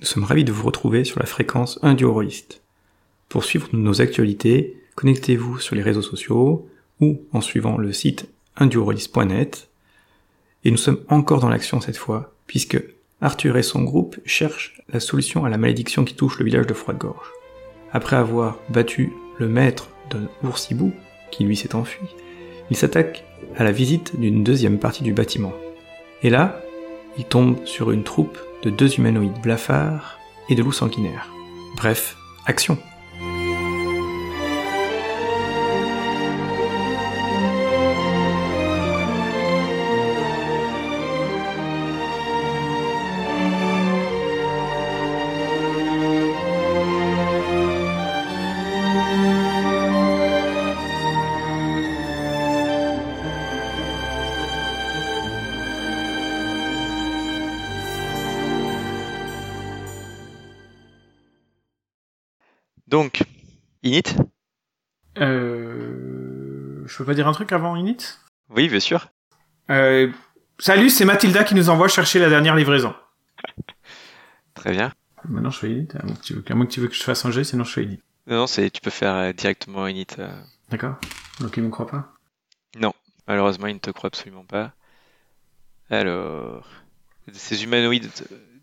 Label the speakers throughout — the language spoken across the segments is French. Speaker 1: Nous sommes ravis de vous retrouver sur la fréquence Indie-Horroriste. Pour suivre nos actualités, connectez-vous sur les réseaux sociaux ou en suivant le site indie-horroriste.net. Et nous sommes encore dans l'action cette fois, puisque Arthur et son groupe cherchent la solution à la malédiction qui touche le village de Froidegorge. Après avoir battu le maître d'un oursibou, qui lui s'est enfui, ils s'attaquent à la visite d'une deuxième partie du bâtiment. Et là, ils tombent sur une troupe de deux humanoïdes blafards et de loups sanguinaires. Bref, action
Speaker 2: Donc, init
Speaker 3: Euh... Je peux pas dire un truc avant Init
Speaker 2: Oui, bien sûr.
Speaker 3: Euh... Salut, c'est Mathilda qui nous envoie chercher la dernière livraison.
Speaker 2: Très bien.
Speaker 3: Maintenant, je fais Init. À moins que tu veux, à moins que, tu veux que je fasse un G, sinon je fais Init.
Speaker 2: Non, non, c'est, tu peux faire euh, directement init. euh,
Speaker 3: D'accord Donc, il me croit pas.
Speaker 2: Malheureusement, il ne te croit absolument pas. Alors, ces humanoïdes.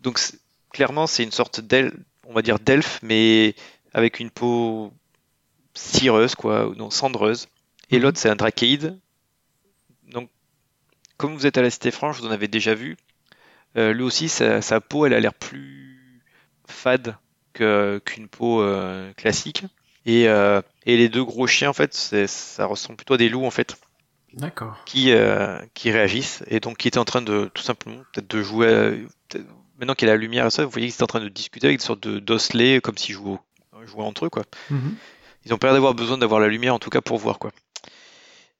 Speaker 2: Donc, c'est- clairement, c'est une sorte d'elfe, on va dire d'elfe, mais avec une peau cireuse, quoi, ou non, cendreuse. Et
Speaker 3: Mhm.
Speaker 2: l'autre, c'est un trachéide. Donc, comme vous êtes à la Cité Franche, vous en avez déjà vu. Euh, lui aussi, sa, sa peau, elle a l'air plus fade que- qu'une peau euh, classique. Et, euh, et les deux gros chiens, en fait, c'est- ça ressemble plutôt à des loups, en fait
Speaker 3: D'accord.
Speaker 2: qui, euh, qui réagissent et donc qui était en train de tout simplement peut-être de jouer. euh, peut-être- Maintenant qu'il y a la lumière et ça, vous voyez qu'ils étaient en train de discuter avec une sorte de d'osselet comme s'ils jouaient, au- jouaient entre eux quoi.
Speaker 3: Mhm.
Speaker 2: Ils ont pas l'air d'avoir besoin d'avoir la lumière en tout cas pour voir quoi.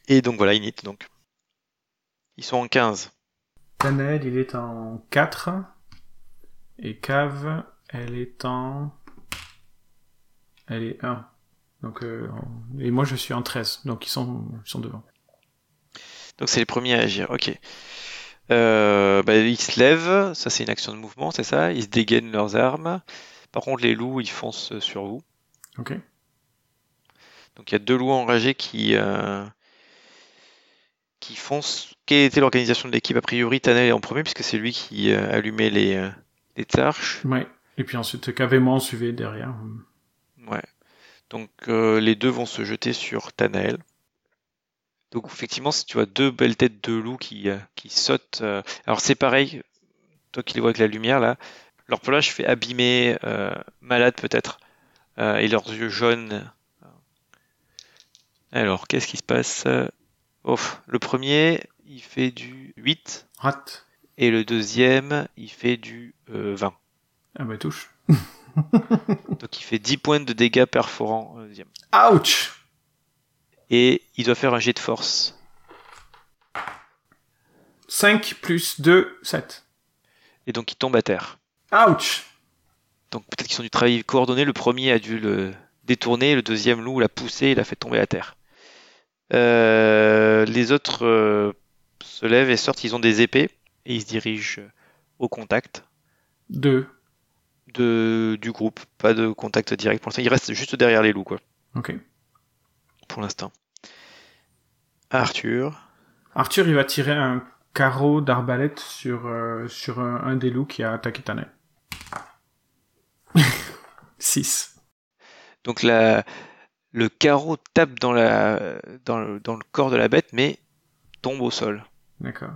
Speaker 2: Et donc voilà, init donc. Ils sont en 15.
Speaker 3: Canel, il est en 4. Et Cave, elle est en... Elle est 1. Donc, euh, en- Et moi, je suis en 13. Donc, ils sont, ils sont devant.
Speaker 2: Donc c'est les premiers à agir. Ok. Euh, bah, ils se lèvent, ça c'est une action de mouvement, c'est ça. Ils se dégainent leurs armes. Par contre les loups ils foncent sur vous.
Speaker 3: Ok
Speaker 2: Donc il y a deux loups enragés qui, euh, qui foncent. Quelle était l'organisation de l'équipe A priori, Tanel est en premier, puisque c'est lui qui euh, allumait les, euh, les torches.
Speaker 3: Ouais. Et puis ensuite, Cave et moi, on suivait derrière.
Speaker 2: Ouais. Donc euh, les deux vont se jeter sur Tanael. Donc effectivement, si tu vois deux belles têtes de loups qui, euh, qui sautent. euh, Alors c'est pareil, toi qui les vois avec la lumière là, leur pelage fait abîmé, euh, malade peut-être, euh, et leurs yeux jaunes. Alors qu'est-ce qui se passe Oh, le premier, il fait du 8,
Speaker 3: Rat.
Speaker 2: et le deuxième, il fait du euh, 20.
Speaker 3: Ah bah, touche.
Speaker 2: Donc il fait 10 points de dégâts perforants. euh, deuxième.
Speaker 3: Ouch
Speaker 2: Et il doit faire un jet de force.
Speaker 3: 5 plus 2, 7.
Speaker 2: et donc ils tombent à terre.
Speaker 3: Ouch
Speaker 2: Donc peut-être qu'ils ont du travail coordonné, le premier a dû le détourner, le deuxième loup l'a poussé et l'a fait tomber à terre. Euh, les autres euh, se lèvent et sortent, ils ont des épées et ils se dirigent au contact
Speaker 3: 2.
Speaker 2: de, du groupe, pas de contact direct pour l'instant, ils restent juste derrière les loups quoi,
Speaker 3: Ok.
Speaker 2: pour l'instant. Arthur,
Speaker 3: Arthur, il va tirer un carreau d'arbalète sur, euh, sur un, un des loups qui a attaqué Tanel. 6.
Speaker 2: donc la, le carreau tape dans, la, dans, le, dans le corps de la bête mais tombe au sol.
Speaker 3: D'accord.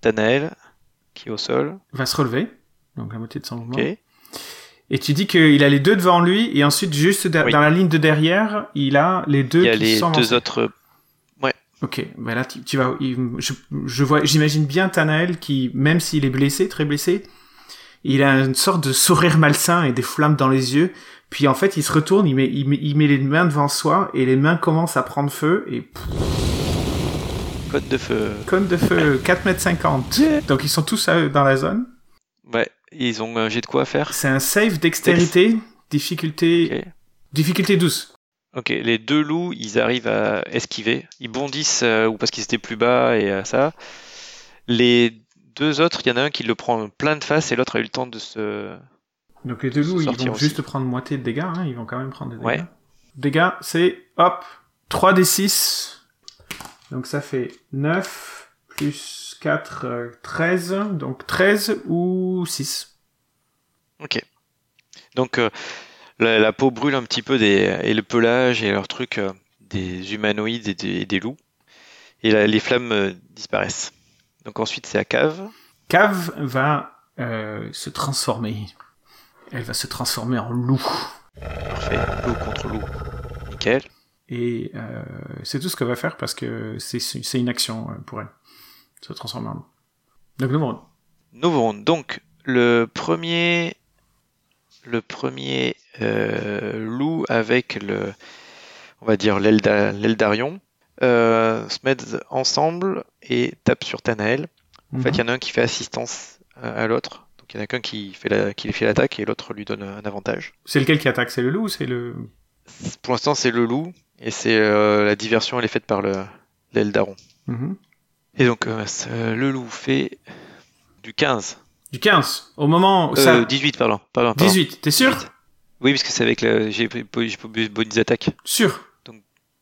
Speaker 2: Tanael qui est au sol,
Speaker 3: Va se relever. Donc la moitié de son mouvement.
Speaker 2: ok.
Speaker 3: Et tu dis qu'il a les deux devant lui, et ensuite, juste da-
Speaker 2: Oui.
Speaker 3: dans la ligne de derrière, il a les deux
Speaker 2: Il y a
Speaker 3: qui
Speaker 2: les
Speaker 3: sont
Speaker 2: deux
Speaker 3: lancés.
Speaker 2: autres.
Speaker 3: Ok, bah là, tu, tu vas. il- je, je vois, j'imagine bien Tanael qui, même s'il est blessé, très blessé, il a une sorte de sourire malsain et des flammes dans les yeux. Puis en fait, il se retourne, il met, il met, il met les mains devant soi et les mains commencent à prendre feu et pff,
Speaker 2: Code de feu.
Speaker 3: cône de feu 4 mètres 50. Donc ils sont tous à eux dans la zone.
Speaker 2: Ouais, ils ont un jet de quoi à faire.
Speaker 3: C'est un save dextérité, difficulté,
Speaker 2: Ok.
Speaker 3: difficulté 12.
Speaker 2: ok, les deux loups, ils arrivent à esquiver. Ils bondissent, euh, ou parce qu'ils étaient plus bas et euh, ça. Les deux autres, il y en a un qui le prend plein de face et l'autre a eu le temps de se
Speaker 3: Donc les deux
Speaker 2: se
Speaker 3: loups, ils
Speaker 2: sortir
Speaker 3: vont
Speaker 2: aussi.
Speaker 3: juste prendre moitié de dégâts, hein, ils vont quand même prendre des dégâts.
Speaker 2: Ouais.
Speaker 3: Dégâts, c'est hop, 3d6. Donc ça fait 9 plus 4, euh, 13. Donc 13 ou 6.
Speaker 2: Ok. Donc euh, la, la peau brûle un petit peu des, et le pelage et leurs trucs euh, des humanoïdes et des, et des loups. Et la- les flammes euh, disparaissent. Donc ensuite c'est la cave.
Speaker 3: Cave va euh, se transformer. Elle va se transformer en loup.
Speaker 2: Parfait. Loup contre loup. Nickel.
Speaker 3: Et euh, c'est tout ce qu'elle va faire parce que c'est- c'est une action euh, pour elle. Se transformer en loup. Donc nous, on-
Speaker 2: Nouveau round. Donc le premier, le premier euh, loup avec le, on va dire l'Elda- l'Eldarion, euh, se mettent ensemble et tapent sur Tanael. En
Speaker 3: Mhm.
Speaker 2: fait, il y en a un qui fait assistance à, à l'autre. Donc il y en a qu'un qui fait la, qui lui fait l'attaque et l'autre lui donne un avantage.
Speaker 3: C'est lequel qui attaque C'est le loup ou c'est le...
Speaker 2: Pour l'instant, c'est le loup et c'est euh, la diversion. Elle est faite par le l'Eldaron.
Speaker 3: Mhm.
Speaker 2: Et donc euh, c'est- euh, le loup fait du 15,
Speaker 3: Du 15. Au moment où
Speaker 2: Euh,
Speaker 3: ça...
Speaker 2: 18 pardon, pardon, pardon.
Speaker 3: 18, t'es sûr
Speaker 2: 18. Oui, parce que c'est avec le. J'ai j'ai bonus attaque.
Speaker 3: Sûr.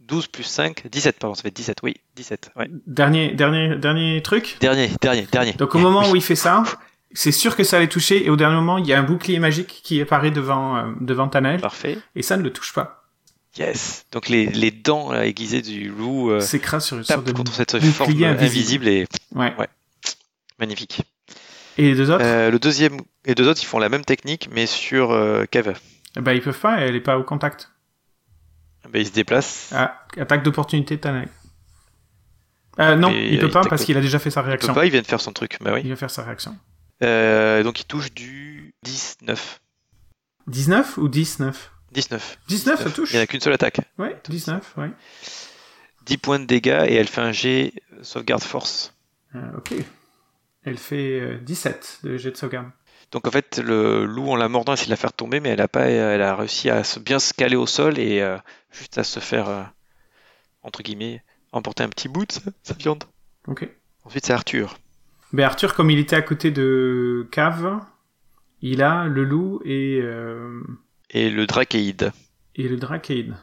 Speaker 2: 12 plus 5, 17, pardon, ça fait 17, oui, 17. Ouais.
Speaker 3: Dernier, dernier, dernier truc.
Speaker 2: Dernier, dernier, dernier.
Speaker 3: Donc au
Speaker 2: Eh,
Speaker 3: moment
Speaker 2: oui.
Speaker 3: où il fait ça, c'est sûr que ça allait toucher et au dernier moment, il y a un bouclier magique qui apparaît devant, euh, devant Tanael
Speaker 2: Parfait.
Speaker 3: et ça ne le touche pas.
Speaker 2: Yes. Donc les, les dents là, aiguisées du loup euh,
Speaker 3: S'écrase sur une sorte
Speaker 2: tapent
Speaker 3: de...
Speaker 2: contre cette
Speaker 3: bouclier
Speaker 2: forme invisible
Speaker 3: invisible.
Speaker 2: et
Speaker 3: Ouais.
Speaker 2: magnifique.
Speaker 3: Et les deux autres,
Speaker 2: Euh, le deuxième, les deux autres, ils font la même technique, mais sur euh, cave.
Speaker 3: bah, ils peuvent pas, elle est pas au contact.
Speaker 2: Ben, ils se déplacent.
Speaker 3: Ah, attaque d'opportunité de Tanael. Euh, non,
Speaker 2: Et,
Speaker 3: il
Speaker 2: euh,
Speaker 3: peut
Speaker 2: il
Speaker 3: pas
Speaker 2: tacle.
Speaker 3: parce qu'il a déjà fait sa
Speaker 2: Il peut
Speaker 3: réaction.
Speaker 2: pas, il vient de faire son truc. Bah oui.
Speaker 3: Il va faire sa réaction.
Speaker 2: Euh, donc il touche du 19.
Speaker 3: 19 ou 19
Speaker 2: 19.
Speaker 3: 19, ça touche
Speaker 2: Il n'y en a qu'une seule attaque.
Speaker 3: Ouais, 19, ouais.
Speaker 2: 10 points de dégâts et elle fait un G sauvegarde force.
Speaker 3: Euh, ok. Elle fait euh, 17 de jet de sauvegarde.
Speaker 2: Donc en fait, le loup en la mordant essaie de la faire tomber, mais elle a pas, elle a réussi à se bien se caler au sol et euh, juste à se faire euh, entre guillemets emporter un petit bout de sa, sa viande.
Speaker 3: Ok.
Speaker 2: Ensuite, c'est Arthur.
Speaker 3: Ben Arthur, comme il était à côté de Cave, il a le loup et, euh,
Speaker 2: Et le Drakeïde.
Speaker 3: et le dracaïde.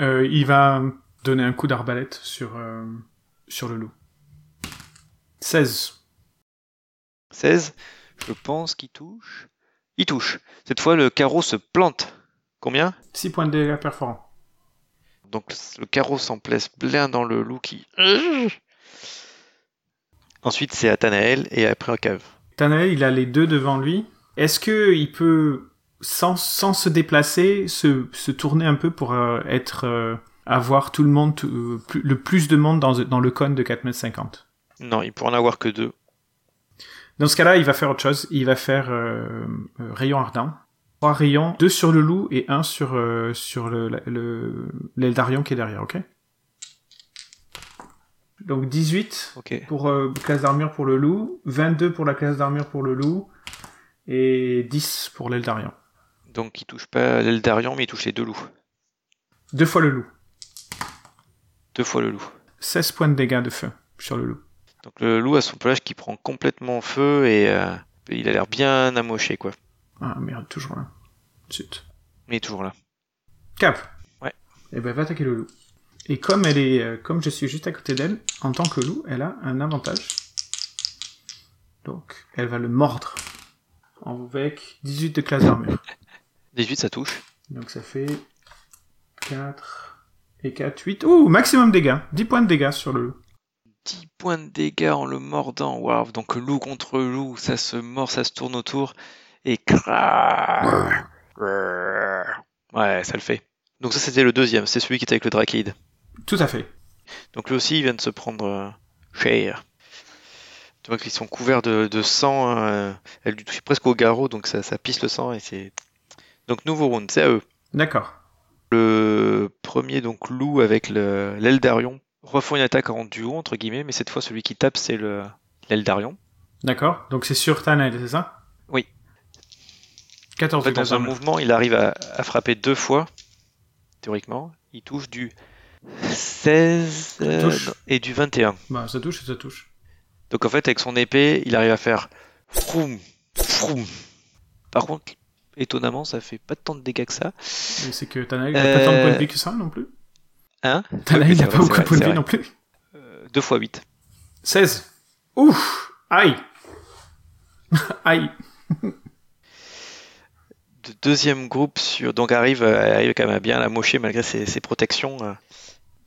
Speaker 3: Euh, il va donner un coup d'arbalète sur, euh, sur le loup. 16.
Speaker 2: 16, je pense qu'il touche. Il touche. Cette fois, le carreau se plante. Combien
Speaker 3: 6 points de dégâts perforants.
Speaker 2: Donc le carreau s'en place plein dans le loup qui. Ensuite, c'est Athanaël et après Octave.
Speaker 3: Tanael, il a les deux devant lui. Est-ce que il peut, sans, sans se déplacer, se, se tourner un peu pour euh, être euh, avoir tout le monde, tout- euh, plus- le plus de monde dans, dans le cône de 4m50
Speaker 2: Non, il pourra en avoir que deux.
Speaker 3: Dans ce cas-là, il va faire autre chose. Il va faire euh, euh, rayon ardent. Trois rayons, deux sur le loup et un sur, euh, sur le- la- le- l'Eldarion qui est derrière, ok Donc 18
Speaker 2: Ok.
Speaker 3: pour euh, classe d'armure pour le loup, 22 pour la classe d'armure pour le loup et 10 pour l'Eldarion.
Speaker 2: Donc il touche pas l'Eldarion, mais il touche les deux loups.
Speaker 3: Deux fois le loup.
Speaker 2: Deux fois le loup.
Speaker 3: 16 points de dégâts de feu sur le loup.
Speaker 2: Donc le loup a son pelage qui prend complètement feu et euh, il a l'air bien amoché quoi.
Speaker 3: Ah merde, toujours là. Zut.
Speaker 2: Mais il est toujours là.
Speaker 3: Cap.
Speaker 2: Ouais.
Speaker 3: Et ben va attaquer le loup. Et comme elle est, euh, comme je suis juste à côté d'elle, en tant que loup, elle a un avantage. Donc, elle va le mordre avec 18 de classe d'armure.
Speaker 2: 18 ça touche.
Speaker 3: Donc ça fait 4 et 4, 8. Ouh, maximum dégâts. 10 points de dégâts sur le loup.
Speaker 2: 10 points de dégâts en le mordant. Waouh. Donc loup contre loup, ça se mord, ça se tourne autour et crac. Ouais, ça le fait. Donc ça c'était le deuxième, c'est celui qui était avec le Drakeid.
Speaker 3: Tout à fait.
Speaker 2: Donc lui aussi il vient de se prendre euh, cher. Tu vois qu'ils sont couverts de, de sang, hein, euh, elle lui touche presque au garrot donc ça, ça pisse le sang et c'est... Donc nouveau round, c'est à eux.
Speaker 3: D'accord.
Speaker 2: Le premier, donc loup avec le- l'Eldarion, refont une attaque en duo, entre guillemets, mais cette fois celui qui tape c'est le- l'Eldarion.
Speaker 3: D'accord. Donc c'est sur Tanel, c'est ça
Speaker 2: Oui. En
Speaker 3: 14
Speaker 2: fait,
Speaker 3: de classe
Speaker 2: dans un
Speaker 3: d'armure.
Speaker 2: mouvement, il arrive à, à frapper deux fois, théoriquement. Il touche du 16 euh,
Speaker 3: Touche.
Speaker 2: non, et du 21.
Speaker 3: Bah, ça touche, ça touche.
Speaker 2: Donc en fait, avec son épée, il arrive à faire froum, froum. Par contre, étonnamment, ça fait pas tant de dégâts que ça.
Speaker 3: Mais c'est que Tanael n'a pas tant de points de vie que ça non plus.
Speaker 2: Euh, Hein
Speaker 3: Tanael
Speaker 2: Oui, c'est
Speaker 3: n'a
Speaker 2: vrai,
Speaker 3: pas beaucoup
Speaker 2: c'est
Speaker 3: de points de
Speaker 2: vrai,
Speaker 3: vie non plus.
Speaker 2: Euh, 2 x 8.
Speaker 3: 16. Ouf Aïe Aïe
Speaker 2: de- deuxième groupe sur donc arrive euh, arrive quand même à bien la mocher malgré ses, ses protections. euh.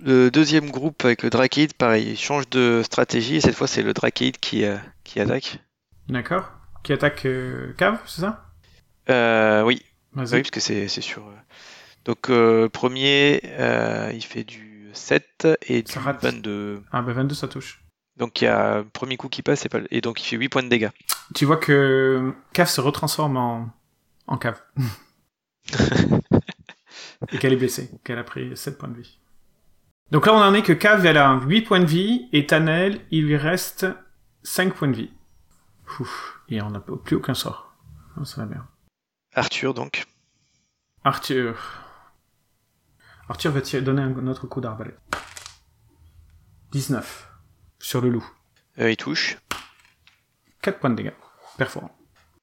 Speaker 2: Le deuxième groupe avec le Drakeid, pareil, il change de stratégie et cette fois c'est le Drakeid qui euh, qui attaque.
Speaker 3: D'accord. Qui attaque euh, Cave, c'est ça
Speaker 2: Euh, oui,
Speaker 3: Vas-y.
Speaker 2: oui parce que c'est c'est sûr. euh. Donc euh, premier, euh, il fait du 7 et du
Speaker 3: Ça rate.
Speaker 2: 22.
Speaker 3: Ah bah 22, ça touche.
Speaker 2: Donc il y a un premier coup qui passe et, pas... et donc il fait 8 points de dégâts.
Speaker 3: Tu vois que Cave se retransforme en, en Cave. Et qu'elle est blessée, qu'elle a pris 7 points de vie. Donc là, on en est que Cave, elle a 8 points de vie, et Tanel, il lui reste 5 points de vie. Ouf, et on n'a plus aucun sort. Oh, c'est la merde.
Speaker 2: Arthur donc.
Speaker 3: Arthur. Arthur va tirer, donner un autre coup d'arbalète. 19. Sur le loup.
Speaker 2: Euh, il touche.
Speaker 3: 4 points de dégâts. Perforant.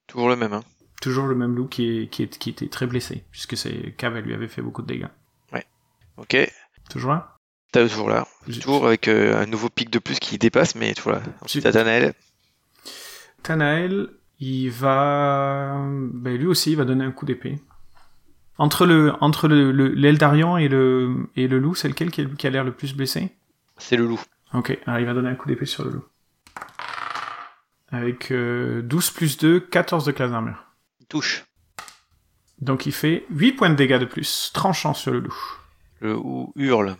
Speaker 2: Toujours le même. Hein.
Speaker 3: Toujours le même loup qui, est, qui, est- qui était très blessé, puisque c'est Cave, elle lui avait fait beaucoup de dégâts.
Speaker 2: Ok.
Speaker 3: Toujours là
Speaker 2: T'as toujours là.
Speaker 3: J'ai-
Speaker 2: Toujours avec euh, un nouveau pic de plus qui dépasse, mais tu vois. Ensuite,
Speaker 3: Tu-
Speaker 2: t'as Danael.
Speaker 3: Tanael, il va. Ben, lui aussi, il va donner un coup d'épée. Entre le entre le, le- l'Eldarion et le, et le loup, c'est lequel qui, est- qui a l'air le plus blessé
Speaker 2: C'est le loup.
Speaker 3: Ok, alors il va donner un coup d'épée sur le loup. Avec euh, 12 plus 2, 14 de classe d'armure.
Speaker 2: Il touche.
Speaker 3: Donc il fait 8 points de dégâts de plus, tranchant sur le loup.
Speaker 2: Le ou hurle.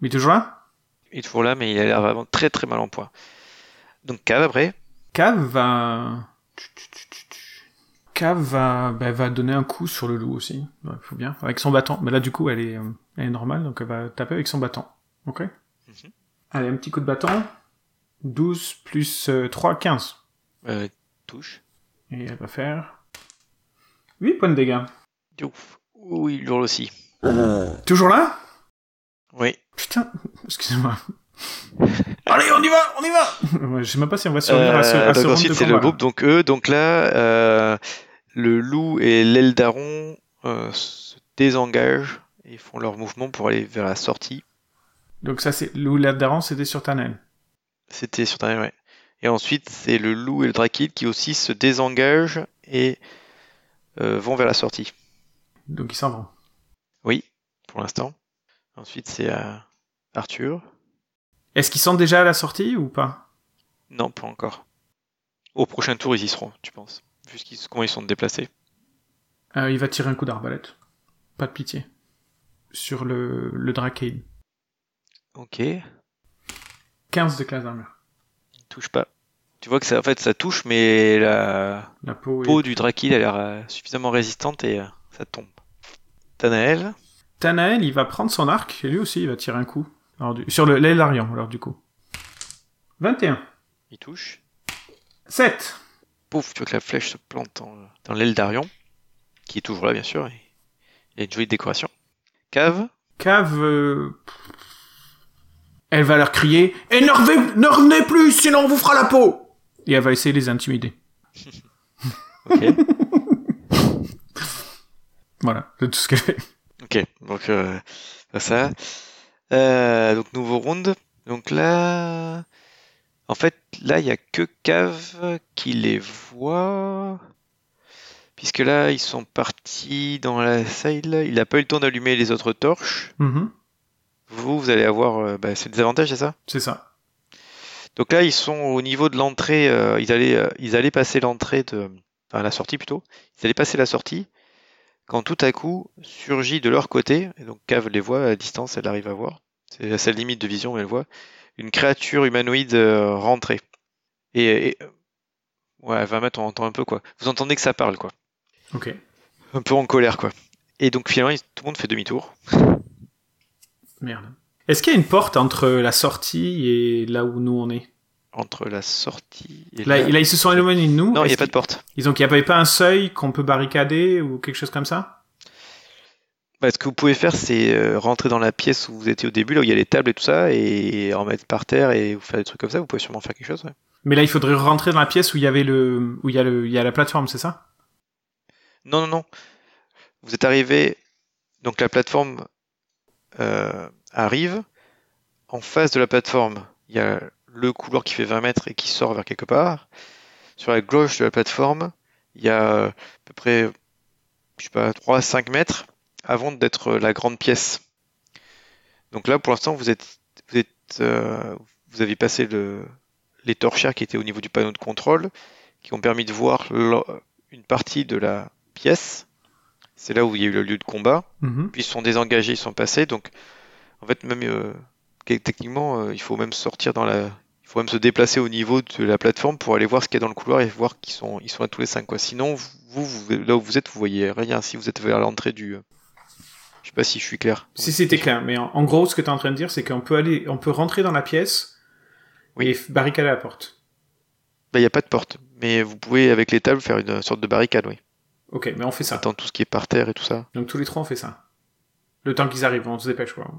Speaker 3: Mais toujours là
Speaker 2: Il est toujours là, mais il a l'air vraiment très très mal en point. Donc cave après.
Speaker 3: Cave va. Cave va, ben, va donner un coup sur le loup aussi. Il faut bien. Avec son bâton. Mais là, du coup, elle est, euh, elle est normale, donc elle va taper avec son bâton. Ok
Speaker 2: Mhm.
Speaker 3: Allez, un petit coup de bâton. 12 plus euh, 3, 15.
Speaker 2: Euh, touche.
Speaker 3: Et elle va faire 8 points de dégâts.
Speaker 2: Du coup, ouh, il hurle aussi.
Speaker 3: Toujours là
Speaker 2: Oui.
Speaker 3: Putain, excusez-moi. Allez, on y va, on y va Ouais, Je sais même pas si on va survivre à ce,
Speaker 2: Euh,
Speaker 3: à ce
Speaker 2: donc
Speaker 3: round
Speaker 2: ensuite
Speaker 3: de
Speaker 2: c'est
Speaker 3: combat,
Speaker 2: le groupe. Donc eux, donc là, euh, le loup et l'eldaron euh, se désengagent et font leur mouvement pour aller vers la sortie.
Speaker 3: là. Donc ça, c'est l'Oulad d'Aran, c'était sur Tanel.
Speaker 2: C'était sur Danael, ouais. Et ensuite c'est le loup et le drakid qui aussi se désengagent et euh, vont vers la sortie.
Speaker 3: Donc ils s'en vont.
Speaker 2: Oui, pour l'instant. Ensuite, c'est à Arthur.
Speaker 3: Est-ce qu'ils sont déjà à la sortie ou pas
Speaker 2: Non, pas encore. Au prochain tour, ils y seront, tu penses Vu ce qu'ils- comment ils sont déplacés.
Speaker 3: Euh, Il va tirer un coup d'arbalète. Pas de pitié. Sur le, le Drakeid.
Speaker 2: Ok, il
Speaker 3: 15 de classe d'armure.
Speaker 2: touche pas. Tu vois que ça, en fait, ça touche, mais la
Speaker 3: La peau est...
Speaker 2: peau du Drakid a l'air euh, suffisamment résistante et euh, ça tombe. Tanael,
Speaker 3: Tanael, il va prendre son arc, et lui aussi, il va tirer un coup. Alors, du- Sur le l'Elarion, alors du coup. 21.
Speaker 2: il touche.
Speaker 3: 7.
Speaker 2: Pouf, tu vois que la flèche se plante dans, dans l'aile d'Arion, qui est toujours là, bien sûr. et Il y a une jolie décoration. Cave,
Speaker 3: Cave... euh, Elle va leur crier « Et ne revenez, ne revenez plus, sinon on vous fera la peau !» Et elle va essayer de les intimider.
Speaker 2: ok.
Speaker 3: Voilà, c'est tout ce qu'elle fait.
Speaker 2: Ok, donc euh, ça, ça. Euh, donc nouveau round. Donc là, en fait, là il y a que Cave qui les voit, puisque là ils sont partis dans la salle. Il n'a pas eu le temps d'allumer les autres torches.
Speaker 3: Mhm,
Speaker 2: Vous, vous allez avoir, euh, bah, c'est des avantages, c'est ça?
Speaker 3: c'est ça.
Speaker 2: Donc là ils sont au niveau de l'entrée. euh, ils allaient, euh, ils allaient passer l'entrée de, enfin la sortie plutôt. Ils allaient passer la sortie. quand tout à coup surgit de leur côté, et donc Cave les voit à distance, elle arrive à voir, c'est à sa limite de vision, mais elle voit, une créature humanoïde euh, rentrer. Et, et- ouais, 20 mètres, on entend un peu quoi. Vous entendez que ça parle quoi.
Speaker 3: Ok.
Speaker 2: Un peu en colère quoi. Et donc finalement, ils- tout le monde fait demi-tour.
Speaker 3: Merde. Est-ce qu'il y a une porte entre la sortie et là où nous on est
Speaker 2: Entre la sortie et
Speaker 3: là,
Speaker 2: la-
Speaker 3: là, ils se sont éloignés de nous.
Speaker 2: Non, il n'y
Speaker 3: Est-ce
Speaker 2: a pas de porte.
Speaker 3: qu'ils- Donc, il n'y avait pas un seuil qu'on peut barricader ou quelque chose comme ça
Speaker 2: Bah, ce que vous pouvez faire, c'est euh, rentrer dans la pièce où vous étiez au début, là où il y a les tables et tout ça, et en mettre par terre et vous faire des trucs comme ça. Vous pouvez sûrement faire quelque chose. ouais.
Speaker 3: Mais là, il faudrait rentrer dans la pièce où il y avait le, où il y a le, il y a la plateforme, c'est ça
Speaker 2: Non, non, non. Vous êtes arrivé, donc la plateforme euh, arrive. En face de la plateforme, il y a le couloir qui fait 20 mètres et qui sort vers quelque part. Sur la gauche de la plateforme, il y a euh, à peu près, je sais pas, 3-5 mètres avant d'être la grande pièce. Donc là, pour l'instant, vous êtes, vous êtes, euh, vous avez passé le, les torchères qui étaient au niveau du panneau de contrôle, qui ont permis de voir le- une partie de la pièce. C'est là où il y a eu le lieu de combat.
Speaker 3: Mhm.
Speaker 2: Puis ils sont désengagés, ils sont passés. Donc, en fait, même euh, que- techniquement, euh, il faut même sortir dans la, il faut même se déplacer au niveau de la plateforme pour aller voir ce qu'il y a dans le couloir et voir qu'ils sont, ils sont à tous les cinq quoi. Sinon, vous, vous- là où vous êtes, vous voyez rien. Si vous êtes vers l'entrée du, euh, je sais pas si je suis clair.
Speaker 3: Si c'était clair, mais en, en gros, ce que tu es en train de dire, c'est qu'on peut aller, on peut rentrer dans la pièce
Speaker 2: Oui.
Speaker 3: et f- barricader la porte.
Speaker 2: Bah, il n'y a pas de porte, mais vous pouvez avec les tables faire une sorte de barricade, oui.
Speaker 3: Ok, mais on fait ça.
Speaker 2: Attendre tout ce qui est par terre et tout ça.
Speaker 3: Donc tous les trois, on fait ça. Le temps qu'ils arrivent, on se dépêche, quoi.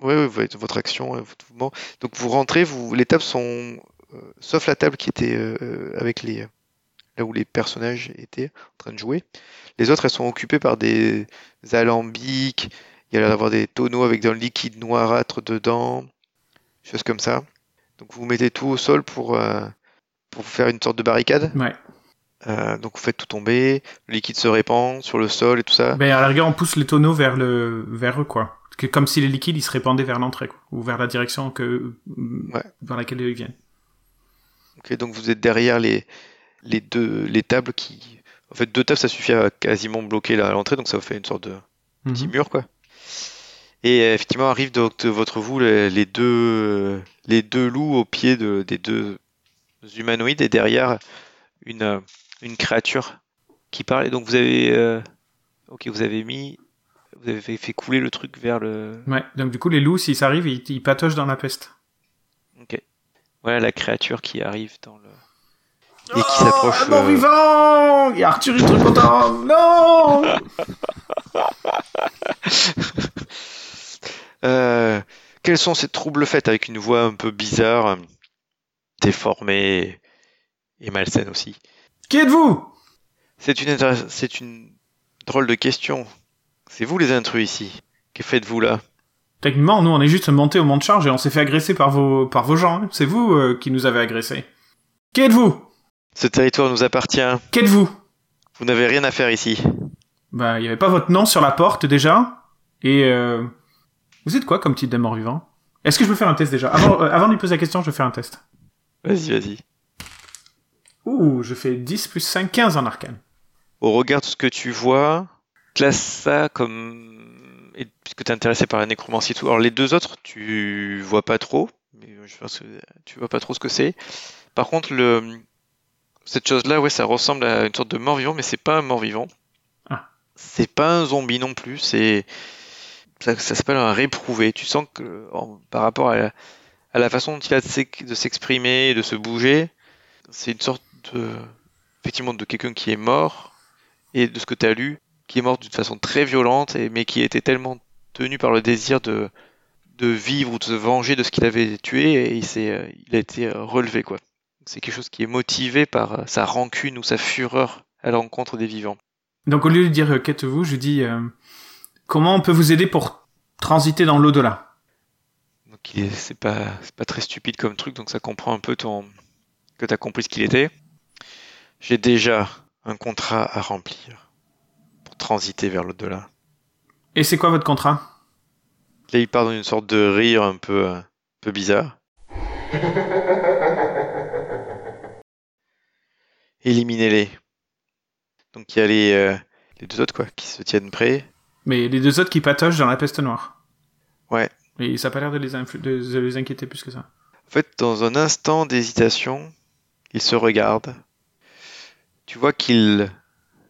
Speaker 2: Oui, oui, votre votre action, euh, votre mouvement. Donc vous rentrez, vous, les tables sont, euh, sauf la table qui était euh, avec les, là où les personnages étaient en train de jouer. Les autres, elles sont occupées par des alambics. Il y a l'air d'avoir des tonneaux avec un liquide noirâtre dedans, choses comme ça. Donc vous mettez tout au sol pour euh, pour faire une sorte de barricade.
Speaker 3: Ouais.
Speaker 2: Euh, donc vous faites tout tomber, le liquide se répand sur le sol et tout ça.
Speaker 3: Ben, à la rigueur, on pousse les tonneaux vers le, vers eux, quoi. Que- comme si les liquides, ils se répandaient vers l'entrée, quoi. Ou vers la direction que,
Speaker 2: Ouais.
Speaker 3: dans laquelle ils viennent.
Speaker 2: Ok, donc vous êtes derrière les, les deux les tables qui. En fait, deux tables, ça suffit à quasiment bloquer la- l'entrée, donc ça vous fait une sorte de
Speaker 3: Mhm.
Speaker 2: petit mur, quoi. Et euh, effectivement, arrivent de, de votre vous les, les deux, les deux loups au pied de, des deux humanoïdes et derrière une, euh, une créature qui parle. Et donc vous avez. euh, Ok, vous avez mis. Vous avez fait- fait couler le truc vers le,
Speaker 3: Ouais. Donc du coup, les loups, s'ils arrivent, ils, ils patochent dans la peste.
Speaker 2: Voilà la créature qui arrive dans le. Et qui s'approche.
Speaker 3: mort
Speaker 2: euh,
Speaker 3: Ah, vivant Et Arthur, il est trop content Non
Speaker 2: Euh, quels sont ces troubles faits avec une voix un peu bizarre, euh, déformée et malsaine aussi
Speaker 3: Qui êtes-vous
Speaker 2: C'est une, intér- c'est une drôle de question. C'est vous les intrus ici. Que faites-vous là
Speaker 3: Techniquement, nous, on est juste monté au mont de charge et on s'est fait agresser par vos, par vos gens. hein. C'est vous euh, qui nous avez agressés. Qui êtes-vous
Speaker 2: Ce territoire nous appartient.
Speaker 3: Qui êtes-vous
Speaker 2: Vous n'avez rien à faire ici.
Speaker 3: Bah, il y avait pas votre nom sur la porte déjà. Et euh, vous êtes quoi comme type de mort vivant Est-ce que je peux faire un test déjà avant, euh, avant de lui poser la question, je vais faire un test.
Speaker 2: Vas-y, vas-y.
Speaker 3: Ouh, je fais 10 plus 5, 15 en arcane.
Speaker 2: Au regard de ce que tu vois, classe ça comme. Et puisque t'es intéressé par la nécromancie et tout. Alors, les deux autres, tu vois pas trop. Mais je pense que tu vois pas trop ce que c'est. Par contre, le... cette chose-là, ouais, ça ressemble à une sorte de mort-vivant, mais c'est pas un mort-vivant.
Speaker 3: Ah.
Speaker 2: C'est pas un zombie non plus. C'est. Ça, ça s'appelle un réprouvé. Tu sens que en- par rapport à la, à la façon dont il a de s'ex- de s'exprimer et de se bouger, c'est une sorte de. Effectivement, de quelqu'un qui est mort, et de ce que tu as lu, qui est mort d'une façon très violente, et, mais qui était tellement tenu par le désir de, de vivre ou de se venger de ce qu'il avait tué, et il, s'est, euh, il a été euh, relevé. quoi. C'est quelque chose qui est motivé par euh, sa rancune ou sa fureur à l'encontre des vivants.
Speaker 3: Donc au lieu de dire euh, qu'êtes-vous, je dis euh, comment on peut vous aider pour transiter dans l'au-delà
Speaker 2: Donc il est- c'est pas, c'est pas très stupide comme truc, donc ça comprend un peu ton, que tu as compris ce qu'il était. J'ai déjà un contrat à remplir pour transiter vers l'au-delà.
Speaker 3: Et c'est quoi votre contrat
Speaker 2: Là, il part dans une sorte de rire un peu, euh, un peu bizarre. Éliminez-les. Donc il y a les, euh, les deux autres quoi, qui se tiennent prêts.
Speaker 3: Mais les deux autres qui patochent dans la peste noire.
Speaker 2: Ouais.
Speaker 3: Et ça a pas l'air de les, influ- de- de les inquiéter plus que ça.
Speaker 2: En fait, dans un instant d'hésitation, ils se regardent. Tu vois qu'ils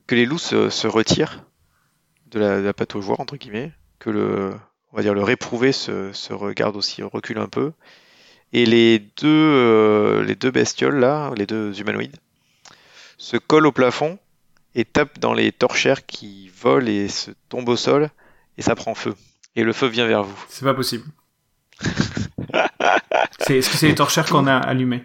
Speaker 2: que les loups se, se retirent de la, de la patte aux joueurs, entre guillemets, que le, on va dire le réprouvé se, se regarde aussi, recule un peu. Et les deux, euh, les deux bestioles là, les deux humanoïdes, se collent au plafond et tapent dans les torchères qui volent et se tombent au sol et ça prend feu. Et le feu vient vers vous.
Speaker 3: C'est pas possible. c'est, est-ce que c'est les torchères qu'on a allumées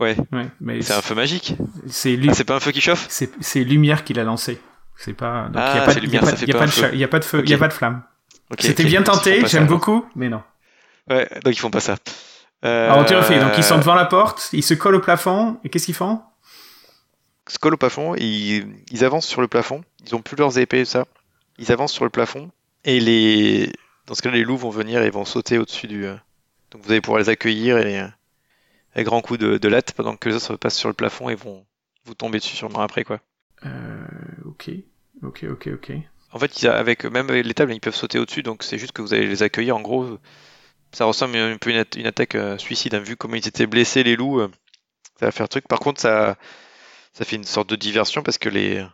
Speaker 2: Ouais.
Speaker 3: Ouais, mais
Speaker 2: C'est un feu magique.
Speaker 3: c'est
Speaker 2: Ah,
Speaker 3: lu-
Speaker 2: c'est pas un feu qui chauffe
Speaker 3: c'est c'est lumière qui l'a lancé. C'est pas donc il
Speaker 2: Ah,
Speaker 3: y a pas
Speaker 2: c'est
Speaker 3: de- il y a
Speaker 2: lumière,
Speaker 3: pas
Speaker 2: ça
Speaker 3: de-
Speaker 2: fait
Speaker 3: il y a
Speaker 2: pas
Speaker 3: pas
Speaker 2: un
Speaker 3: de cha-
Speaker 2: feu.
Speaker 3: il y a pas de feu, il y a
Speaker 2: Ok.
Speaker 3: pas de flamme.
Speaker 2: Ok,
Speaker 3: C'était
Speaker 2: ok,
Speaker 3: bien
Speaker 2: ils font
Speaker 3: tenté,
Speaker 2: pas ça,
Speaker 3: j'aime
Speaker 2: alors.
Speaker 3: beaucoup, mais non.
Speaker 2: Ouais, donc ils font pas ça. Euh,
Speaker 3: Alors Ah, on te refait, donc ils sont devant la porte, ils se collent au plafond et qu'est-ce qu'ils font
Speaker 2: se collent Euh, au plafond, ils, ils avancent sur le plafond, ils ont plus leurs épées et ça. Ils avancent sur le plafond et les dans ce cas les loups vont venir et vont sauter au-dessus du euh, donc vous allez pouvoir les accueillir et euh, à grands coups de, de latte pendant que les autres passent sur le plafond et vont vous tomber dessus sûrement après quoi.
Speaker 3: Euh, ok, ok, ok, ok.
Speaker 2: En fait, ils a- avec même avec les tables, ils peuvent sauter au-dessus donc c'est juste que vous allez les accueillir en gros ça ressemble un peu à une, atta- une attaque euh, suicide hein. vu comment ils étaient blessés les loups euh, ça va faire truc. Par contre, ça ça fait une sorte de diversion parce que les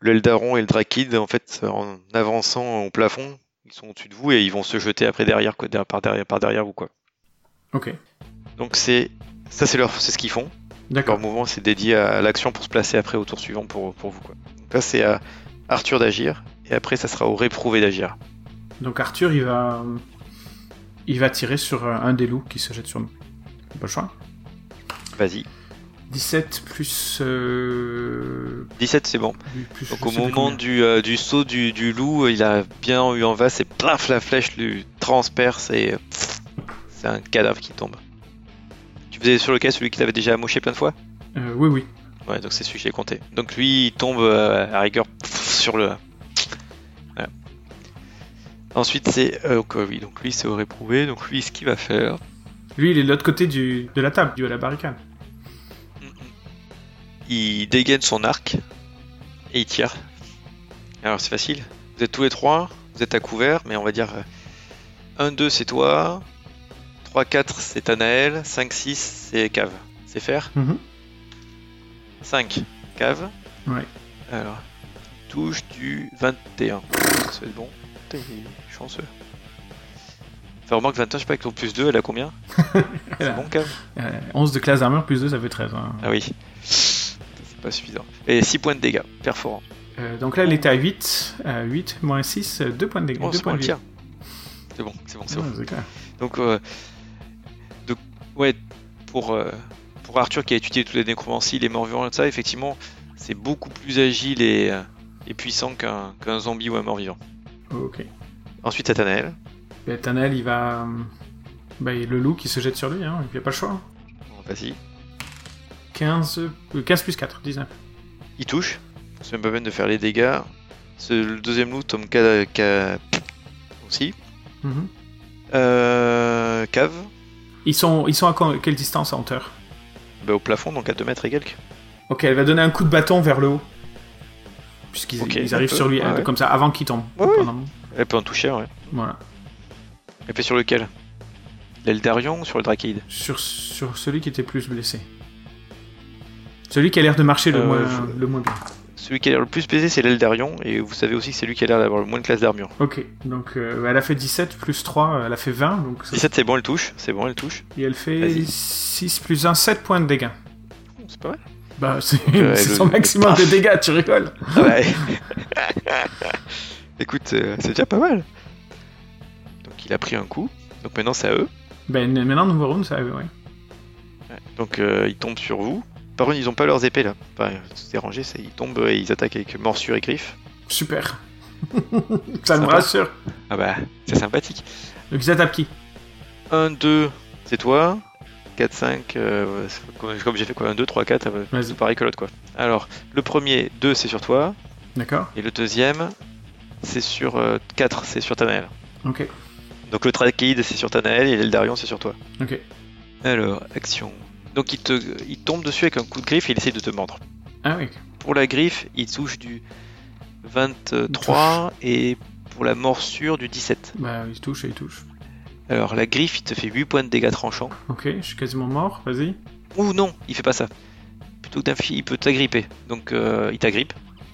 Speaker 2: le Eldaron et le Drakid, en fait, en avançant au plafond, ils sont au-dessus de vous et ils vont se jeter après derrière, quoi, derrière- par derrière, par derrière vous, quoi.
Speaker 3: Ok,
Speaker 2: Donc c'est ça, c'est leur, c'est ce qu'ils font. Leur
Speaker 3: d'accord.
Speaker 2: mouvement, c'est dédié à l'action pour se placer après au tour suivant pour, pour vous, quoi. Donc là, c'est à Arthur d'agir et après, ça sera au réprouvé d'agir.
Speaker 3: Donc Arthur, il va, il va tirer sur euh, un des loups qui se jette sur nous. Bon choix.
Speaker 2: Vas-y.
Speaker 3: 17 plus. euh,
Speaker 2: 17, c'est bon.
Speaker 3: plus- plus-
Speaker 2: Donc
Speaker 3: je
Speaker 2: au
Speaker 3: sais plus
Speaker 2: moment
Speaker 3: combien.
Speaker 2: du, euh, du saut du, du loup, il a bien eu en vase et plaf la flèche lui transperce et euh, c'est un cadavre qui tombe. Tu faisais sur lequel celui qui l'avait déjà amoché plein de fois
Speaker 3: Euh, oui, oui.
Speaker 2: Ouais, donc c'est celui que j'ai compté. Donc lui, il tombe euh, à rigueur pff, sur le. Voilà. Ensuite, c'est. euh, donc, euh, oui, donc lui, c'est au réprouvé. Donc lui, ce qu'il va faire.
Speaker 3: Lui, il est de l'autre côté du, de la table, du à la barricade.
Speaker 2: Il dégaine son arc et il tire. Alors c'est facile. Vous êtes tous les trois, vous êtes à couvert, mais on va dire 1, 2 c'est toi, 3, 4 c'est Anaël, 5, 6 c'est Cave. C'est faire
Speaker 3: Mhm.
Speaker 2: 5, Cave.
Speaker 3: Ouais.
Speaker 2: Alors, touche du 21. Ça va être bon. Putain, il est chanceux. Enfin, remarque 21, je sais pas, avec ton plus 2, elle a combien
Speaker 3: Elle
Speaker 2: C'est
Speaker 3: a-
Speaker 2: bon, Cave
Speaker 3: Euh, 11 de classe d'armure plus 2, ça fait 13. hein.
Speaker 2: Ah oui. C'est pas suffisant. Et 6 points de dégâts, perforant.
Speaker 3: Euh, donc là, elle était à 8. à 8 moins 6, 2 points de dégâts.
Speaker 2: Oh,
Speaker 3: deux
Speaker 2: c'est bon,
Speaker 3: points
Speaker 2: le
Speaker 3: de vie. Ah
Speaker 2: tir. C'est bon, c'est bon, c'est bon.
Speaker 3: Ouais, c'est clair.
Speaker 2: Donc, euh, donc, ouais, pour, euh, pour Arthur qui a étudié toutes les nécromancies, les morts vivants et tout ça, effectivement, c'est beaucoup plus agile et, euh, et puissant qu'un qu'un zombie ou un mort vivant.
Speaker 3: Ok.
Speaker 2: Ensuite, Atanael.
Speaker 3: Ben, Tanel, il va. euh, Bah, il y a le loup qui se jette sur lui, hein, il n'y a pas le choix. hein.
Speaker 2: Bon, Vas-y.
Speaker 3: 15, euh, 15 plus 4, 19.
Speaker 2: Il touche. C'est même pas peine de faire les dégâts. Ce- le deuxième loup tombe ca- ca- aussi.
Speaker 3: Mhm.
Speaker 2: Euh, cave.
Speaker 3: Ils, sont, ils sont à quand- quelle distance en hauteur
Speaker 2: Bah, au plafond, donc à 2 mètres et quelques.
Speaker 3: Ok, elle va donner un coup de bâton vers le haut. Puisqu'ils
Speaker 2: Ok,
Speaker 3: ils
Speaker 2: un
Speaker 3: arrivent
Speaker 2: peu,
Speaker 3: sur lui
Speaker 2: ouais,
Speaker 3: euh,
Speaker 2: ouais.
Speaker 3: comme ça avant qu'il tombe.
Speaker 2: Ouais, ouais.
Speaker 3: Pendant-
Speaker 2: Elle peut en toucher, ouais.
Speaker 3: Voilà.
Speaker 2: Elle fait sur lequel L'Eldarion ou sur le Drakeid
Speaker 3: Sur, sur celui qui était plus blessé. Celui qui a l'air de marcher le,
Speaker 2: Euh,
Speaker 3: moins,
Speaker 2: je-
Speaker 3: le moins bien.
Speaker 2: Celui qui a l'air le plus baisé, c'est l'Eldarion, et vous savez aussi que c'est lui qui a l'air d'avoir le moins de classe d'armure.
Speaker 3: Ok, donc euh, elle a fait 17 plus 3, elle a fait 20. Donc ça-
Speaker 2: 17, c'est bon, elle touche, c'est bon, elle touche.
Speaker 3: Et elle fait
Speaker 2: Vas-y.
Speaker 3: 6 plus 1, 7 points de dégâts.
Speaker 2: Oh, C'est pas mal.
Speaker 3: Bah, c'est
Speaker 2: Euh,
Speaker 3: c'est
Speaker 2: le-
Speaker 3: son
Speaker 2: le
Speaker 3: maximum de
Speaker 2: paf.
Speaker 3: dégâts, tu rigoles.
Speaker 2: Ah ouais. Écoute, euh, c'est déjà pas mal. Donc il a pris un coup, donc maintenant c'est à eux.
Speaker 3: Ben maintenant, nouveau round, ça ouais.
Speaker 2: Donc euh, ils tombent sur vous. Par contre, ils ont pas leurs épées là. Enfin, c'est dérangé, c'est- ils tombent et ils attaquent avec morsure et griffes.
Speaker 3: Super. ça me
Speaker 2: Sympa.
Speaker 3: rassure.
Speaker 2: Ah bah, c'est sympathique.
Speaker 3: Donc ils attaquent qui
Speaker 2: 1, 2, c'est toi. 4, 5, euh, c'est comme comme j'ai fait quoi 1, 2, 3, 4,
Speaker 3: Vas-y.
Speaker 2: euh, c'est pareil que l'autre quoi. Alors, le premier, 2, c'est sur toi.
Speaker 3: D'accord
Speaker 2: Et le deuxième, c'est sur 4, c'est sur Tanael.
Speaker 3: Ok.
Speaker 2: Donc le Trakeid, c'est sur Tanael et l'Eldarion, c'est sur toi.
Speaker 3: Ok.
Speaker 2: Alors, action. Donc il, te, il tombe dessus avec un coup de griffe et il essaie de te mordre.
Speaker 3: Ah oui.
Speaker 2: Pour la griffe, il touche du 23 et pour la morsure du 17.
Speaker 3: Bah, il touche et il touche.
Speaker 2: Alors la griffe, il te fait 8 points de dégâts tranchants.
Speaker 3: Ok, je suis quasiment mort, vas-y.
Speaker 2: Ou non, il fait pas ça. Plutôt que d'un fil, il peut t'agripper. Donc euh, il t'agrippe.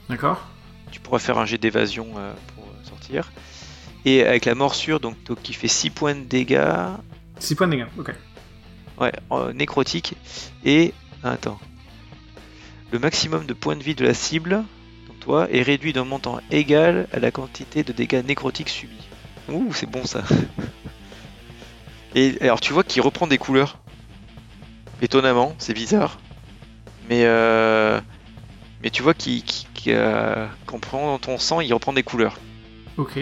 Speaker 3: D'accord
Speaker 2: Tu pourras faire un jet d'évasion euh, pour euh, sortir. Et avec la morsure, donc, donc il fait 6 points de dégâts.
Speaker 3: 6 points de dégâts, ok.
Speaker 2: Ouais, euh, nécrotique. Et. Attends. Le maximum de points de vie de la cible, donc toi, est réduit d'un montant égal à la quantité de dégâts nécrotiques subis. Ouh, c'est bon ça. Et alors tu vois qu'il reprend des couleurs. étonnamment, c'est bizarre. Mais, euh, mais tu vois qu'il qu'il- qu'il, euh, qu'en prenant ton sang, il reprend des couleurs.
Speaker 3: Ok.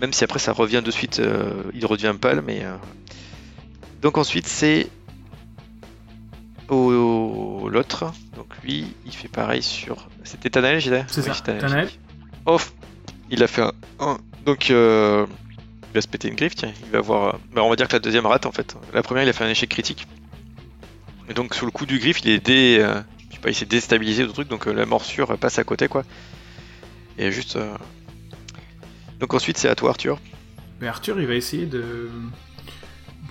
Speaker 2: Même si après ça revient de suite, euh, il redevient pâle, mais. euh. Donc ensuite c'est. Au, au- l'autre. Donc lui, il fait pareil sur. C'était Tanael, j'ai dit
Speaker 3: C'est ça,
Speaker 2: c'était
Speaker 3: Tanael.
Speaker 2: Off Il a fait un. un. Donc euh, il va se péter une griffe, tiens. Il va avoir. euh, bah, on va dire que la deuxième rate en fait. La première, il a fait un échec critique. Et donc sous le coup du griffe, il est dé. euh, je sais pas, il s'est déstabilisé le truc, donc euh, la morsure passe à côté quoi. Et juste. euh. Donc ensuite c'est à toi Arthur.
Speaker 3: Mais Arthur, il va essayer de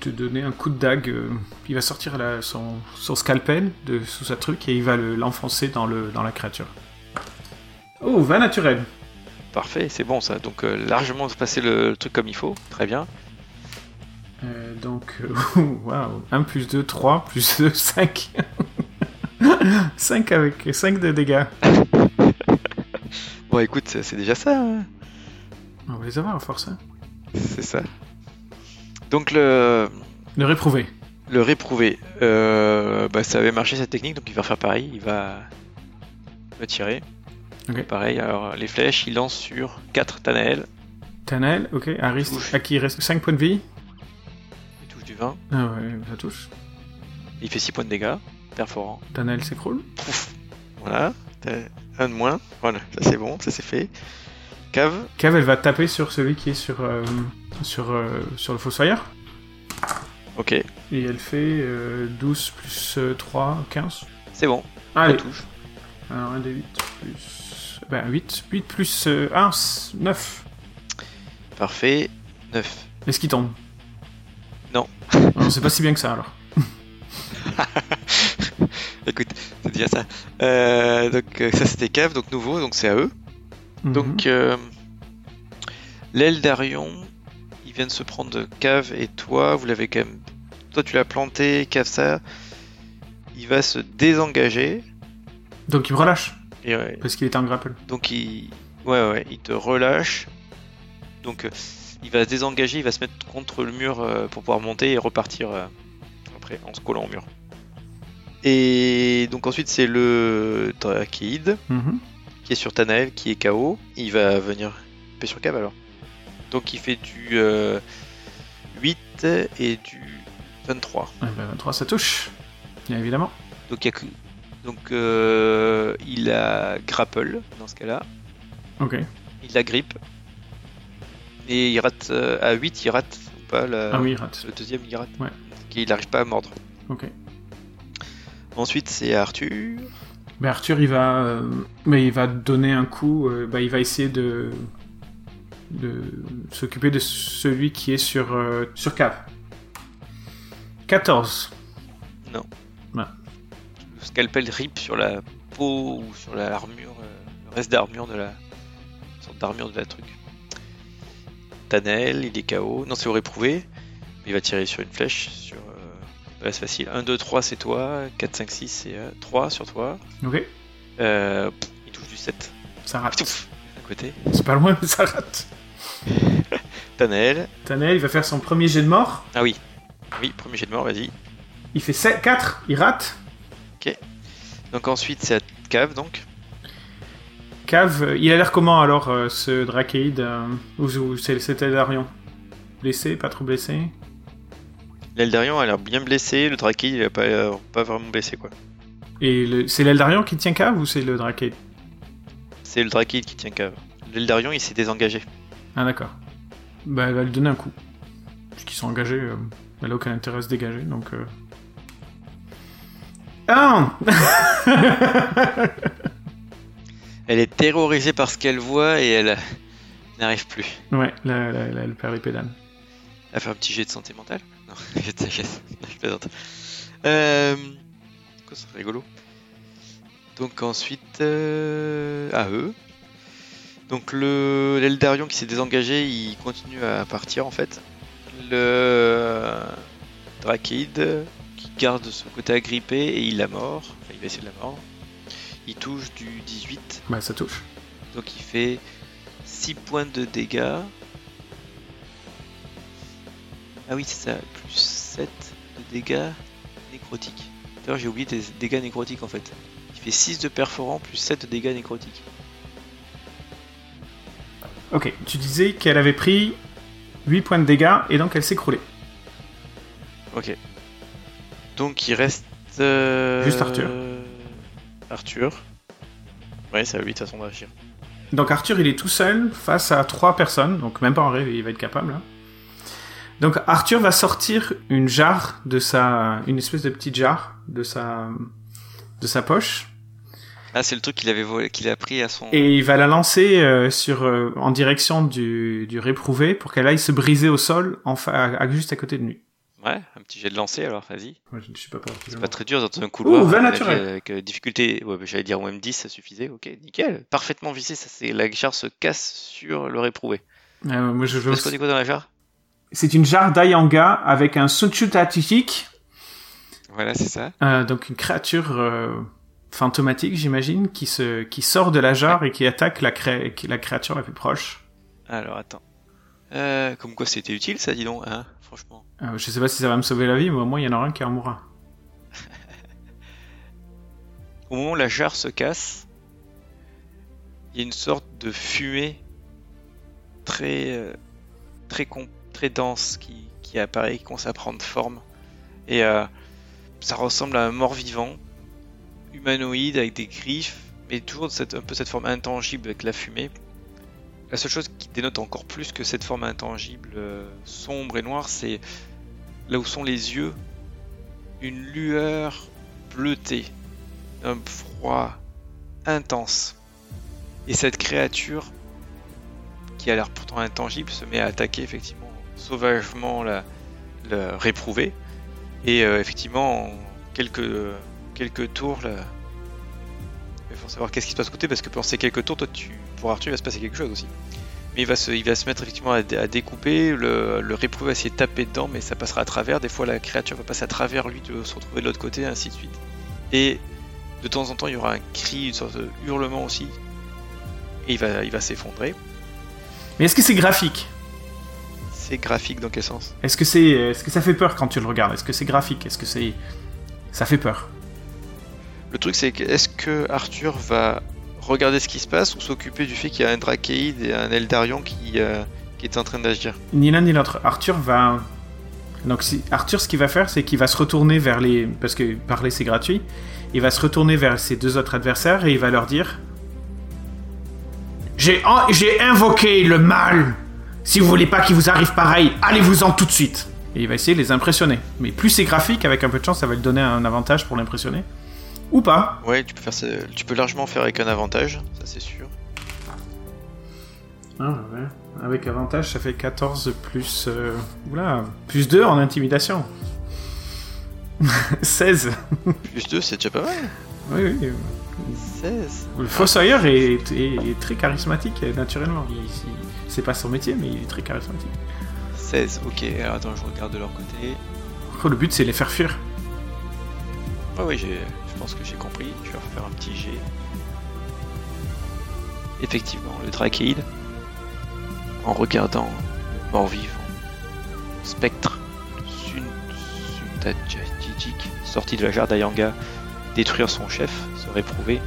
Speaker 3: de donner un coup de dague. euh, Il va sortir la- son, son scalpel de sous sa truc et il va le- l'enfoncer dans le dans la créature. Oh, va naturel.
Speaker 2: Parfait, c'est bon ça. Donc euh, largement passer le, le truc comme il faut. Très bien.
Speaker 3: Euh, donc, euh, waouh, 1 plus 2, 3 plus 2, 5. 5 avec 5 de dégâts.
Speaker 2: Bon écoute, c'est c'est déjà ça. hein.
Speaker 3: On va les avoir à force. hein.
Speaker 2: C'est ça. Donc le,
Speaker 3: Le réprouver.
Speaker 2: le réprouvé, euh, bah, ça avait marché cette technique, donc il va faire pareil. Il va le tirer.
Speaker 3: Ok.
Speaker 2: Pareil, alors les flèches, il lance sur 4 Tanael.
Speaker 3: Tanael, ok, Aris,
Speaker 2: Touche.
Speaker 3: à qui il reste 5 points de vie.
Speaker 2: Il touche du 20.
Speaker 3: Ah ouais, ça touche.
Speaker 2: Il fait 6 points de dégâts. Perforant.
Speaker 3: Tanael s'écroule.
Speaker 2: Pouf. Voilà. T'as Un de moins. Voilà, ça c'est bon, ça c'est fait. Cave.
Speaker 3: Cav, elle va taper sur celui qui est sur, euh, sur, euh, sur le Fossoyeur.
Speaker 2: Ok,
Speaker 3: Et elle fait euh, 12 plus euh, 3, 15.
Speaker 2: c'est bon. Ça
Speaker 3: Allez,
Speaker 2: touche.
Speaker 3: alors 1 des 8 plus. Ben 8, 8 plus euh, 1, 9.
Speaker 2: Parfait. 9.
Speaker 3: Est-ce qu'il tombe
Speaker 2: Non.
Speaker 3: Non, C'est pas si bien que ça alors.
Speaker 2: Écoute, c'est déjà ça. Euh, donc euh, ça c'était cave, donc nouveau, donc c'est à eux.
Speaker 3: Mhm.
Speaker 2: Donc euh, l'aile d'Arion, ils viennent se prendre cave et toi, vous l'avez quand même. Toi tu l'as planté, cave ça. Il va se désengager.
Speaker 3: Donc il me relâche,
Speaker 2: Et, ouais,
Speaker 3: parce qu'il était en grapple.
Speaker 2: donc il, ouais ouais, il te relâche. Donc euh, il va se désengager, il va se mettre contre le mur euh, pour pouvoir monter et repartir euh, après en se collant au mur. Et donc ensuite c'est le Drakeid.
Speaker 3: Mhm.
Speaker 2: qui est sur Tanael, qui est KO. Il va venir taper sur Cave alors. Donc il fait du euh, 8 et du 23.
Speaker 3: Eh ben, 23, ça touche. Bien évidemment.
Speaker 2: Donc, il y a que- donc euh, il a grapple dans ce cas-là.
Speaker 3: Ok.
Speaker 2: Il la grippe. Et il rate. euh, à 8, il rate ou pas la-
Speaker 3: Ah oui, il rate.
Speaker 2: Le deuxième, il rate.
Speaker 3: Ouais.
Speaker 2: Donc, Il n'arrive pas à mordre.
Speaker 3: Ok.
Speaker 2: Ensuite, c'est Arthur.
Speaker 3: Ben Arthur, il va, euh, ben, il va donner un coup. euh, ben, il va essayer de, de s'occuper de celui qui est sur euh, sur cave. 14.
Speaker 2: Le scalpel rip sur la peau ou sur la armure, euh, le reste d'armure de la une sorte d'armure de la truc. Tanel, il est KO. Non, c'est au réprouvé. Il va tirer sur une flèche. Sur, euh, ouais, c'est facile. 1, 2, 3, c'est toi. 4, 5, 6, c'est euh, 3 sur toi.
Speaker 3: Ok.
Speaker 2: Euh, pff, il touche du 7.
Speaker 3: Ça
Speaker 2: Ah,
Speaker 3: rate.
Speaker 2: pff, à côté.
Speaker 3: C'est pas loin, mais ça rate.
Speaker 2: Tanel.
Speaker 3: Tanel, il va faire son premier jet de mort.
Speaker 2: Ah oui. Oui, premier jet de mort, vas-y.
Speaker 3: Il fait 7, 4. Il rate.
Speaker 2: Donc ensuite, c'est à cave, donc.
Speaker 3: Cave, euh, il a l'air comment alors euh, ce Drakeid euh, Ou ou c'est- c'était Darion Blessé, pas trop blessé
Speaker 2: L'Eldarion a l'air bien blessé. Le Draki, il a pas, euh, pas vraiment blessé, quoi.
Speaker 3: Et le- c'est l'Eldarion qui tient cave ou c'est le Drakeid
Speaker 2: C'est le Drakid qui tient cave. L'Eldarion, il s'est désengagé.
Speaker 3: Ah d'accord. Bah elle va lui donner un coup. Puisqu'ils sont engagés, euh, elle a aucun intérêt à se dégager, donc... Euh... Ah
Speaker 2: Elle est terrorisée par ce qu'elle voit et elle euh, n'arrive plus.
Speaker 3: Ouais, là, là, là, elle perd les pédales.
Speaker 2: Elle fait un petit jet de santé mentale Non, je t'agace, je plaisante. Euh... Quoi, ça serait rigolo. Donc ensuite, euh, à eux. Donc le l'Eldarion qui s'est désengagé, il continue à partir en fait. Le Drakid qui garde son côté agrippé et il la mord. Enfin, il va essayer de la mordre. Il touche du 18.
Speaker 3: Bah ça touche.
Speaker 2: Donc il fait 6 points de dégâts. Ah oui, c'est ça, plus 7 de dégâts nécrotiques. D'ailleurs, j'ai oublié tes dégâts nécrotiques en fait. Il fait 6 de perforant plus 7 de dégâts nécrotiques.
Speaker 3: Ok, tu disais qu'elle avait pris 8 points de dégâts et donc elle s'écroulait.
Speaker 2: Ok. Donc il reste. euh,
Speaker 3: Juste Arthur.
Speaker 2: Arthur. Ouais, c'est à lui de toute façon d'agir.
Speaker 3: Donc Arthur, il est tout seul face à trois personnes, donc même pas en rêve, il va être capable. hein. Donc Arthur va sortir une jarre de sa, une espèce de petite jarre de sa, de sa poche,
Speaker 2: Ah, c'est le truc qu'il avait volé, qu'il a pris à son.
Speaker 3: et il va la lancer euh, sur, euh, en direction du, du réprouvé pour qu'elle aille se briser au sol, en fa- à- à- juste à côté de lui.
Speaker 2: Ouais, un petit jet de lancer alors, vas-y.
Speaker 3: Moi, je ne suis pas pas.
Speaker 2: C'est pas très dur dans un couloir.
Speaker 3: vingt
Speaker 2: euh,
Speaker 3: naturel.
Speaker 2: Avec, euh, difficulté, ouais, mais j'allais dire même 10, ça suffisait. Ok, nickel. Parfaitement vissé, ça c'est la jarre se casse sur le réprouvé.
Speaker 3: Euh, moi, je, je-
Speaker 2: Parce qu'on dit quoi dans la jarre
Speaker 3: C'est une jarre d'Ayanga avec un Sunchuta Tikik,
Speaker 2: Voilà, c'est ça.
Speaker 3: euh, donc une créature euh, fantomatique, j'imagine, qui, se, qui sort de la jarre et qui attaque la, cré- qui- la créature la plus proche.
Speaker 2: Alors attends. Euh, comme quoi c'était utile ça, dis donc, hein, franchement.
Speaker 3: Euh, je sais pas si ça va me sauver la vie, mais au moins il y en aura un qui en mourra.
Speaker 2: Au moment où la jarre se casse, il y a une sorte de fumée très euh, très com- très dense qui, qui apparaît, qui commence à prendre forme. Et euh, ça ressemble à un mort-vivant, humanoïde avec des griffes, mais toujours de cette, un peu cette forme intangible avec la fumée. La seule chose qui dénote encore plus que cette forme intangible, euh, sombre et noire, c'est là où sont les yeux, une lueur bleutée un froid intense. Et cette créature, qui a l'air pourtant intangible, se met à attaquer effectivement sauvagement la, la réprouvée. Et euh, effectivement, en quelques, quelques tours, là, il faut savoir qu'est-ce qui se passe à côté, parce que pendant ces quelques tours, toi, tu, pour Arthur, il va se passer quelque chose aussi. Mais il va se, il va se mettre effectivement à, dé- à découper, le, le réprouvé va essayer de taper dedans, mais ça passera à travers. Des fois, la créature va passer à travers lui, de se retrouver de l'autre côté, ainsi de suite. Et de temps en temps, il y aura un cri, une sorte de hurlement aussi. Et il va, il va s'effondrer.
Speaker 3: Mais est-ce que c'est graphique
Speaker 2: C'est graphique dans quel sens
Speaker 3: Est-ce que c'est, est-ce que ça fait peur quand tu le regardes Est-ce que c'est graphique Est-ce que c'est, ça fait peur
Speaker 2: Le truc, c'est que est-ce que Arthur va regarder ce qui se passe ou s'occuper du fait qu'il y a un Drakeïde et un Eldarion qui, euh, qui est en train d'agir
Speaker 3: Ni l'un ni l'autre. Arthur va, donc si- Arthur, ce qu'il va faire, c'est qu'il va se retourner vers les, parce que parler c'est gratuit, il va se retourner vers ses deux autres adversaires et il va leur dire, j'ai, en- j'ai invoqué le mal. Si vous voulez pas qu'il vous arrive pareil, allez-vous-en tout de suite. Et il va essayer de les impressionner. Mais plus c'est graphique, avec un peu de chance, ça va lui donner un avantage pour l'impressionner. Ou pas.
Speaker 2: Ouais, tu peux, faire, ça- tu peux largement faire avec un avantage, ça c'est sûr.
Speaker 3: Ah ouais. Avec avantage, ça fait 14 plus. euh, Oula, plus 2 en intimidation. 16.
Speaker 2: Plus 2, c'est déjà pas mal.
Speaker 3: Oui, oui. euh,
Speaker 2: 16.
Speaker 3: Le Fossoyeur est, est- est très charismatique, euh, naturellement. Il- il- C'est pas son métier, mais il est très charismatique.
Speaker 2: 16, ok. Alors attends, je regarde de leur côté.
Speaker 3: Après, le but, c'est de les faire fuir.
Speaker 2: Ouais, ouais, j'ai- je pense que j'ai compris. Je vais refaire un petit G. Effectivement, le Drakeid, en regardant le mort-vivant, spectre, Sun, Suntajajijik, sorti de la jarre d'Ayanga, détruire son chef, se réprouver,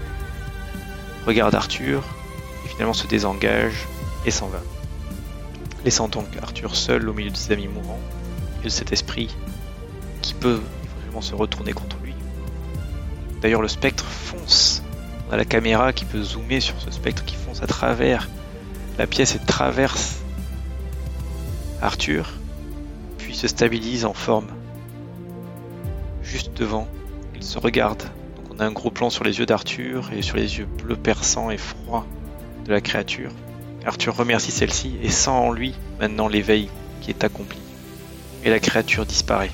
Speaker 2: regarde Arthur, et finalement se désengage et s'en va. Laissant donc Arthur seul au milieu de ses amis mourants, et de cet esprit qui peut éventuellement se retourner contre lui. D'ailleurs, le spectre fonce. On a la caméra qui peut zoomer sur ce spectre qui fonce à travers la pièce et traverse Arthur, puis se stabilise en forme. Juste devant, il se regarde. Donc on a un gros plan sur les yeux d'Arthur et sur les yeux bleus perçants et froids de la créature. Arthur remercie celle-ci et sent en lui maintenant l'éveil qui est accompli. Et la créature disparaît.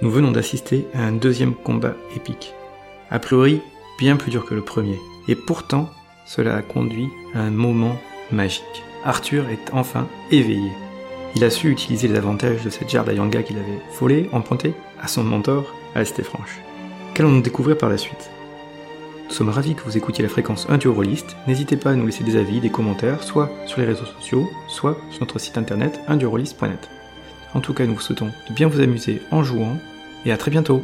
Speaker 1: Nous venons d'assister à un deuxième combat épique, a priori bien plus dur que le premier, et pourtant cela a conduit à un moment magique. Arthur est enfin éveillé. Il a su utiliser les avantages de cette jarre d'Ayanga qu'il avait volée, empruntée à son mentor, à la Cité Franche. qu'allons-nous découvrir par la suite Nous sommes ravis que vous écoutiez la fréquence 1 du Eurolist. N'hésitez pas à nous laisser des avis, des commentaires, soit sur les réseaux sociaux, soit sur notre site internet 1 En tout cas, nous vous souhaitons de bien vous amuser en jouant, et à très bientôt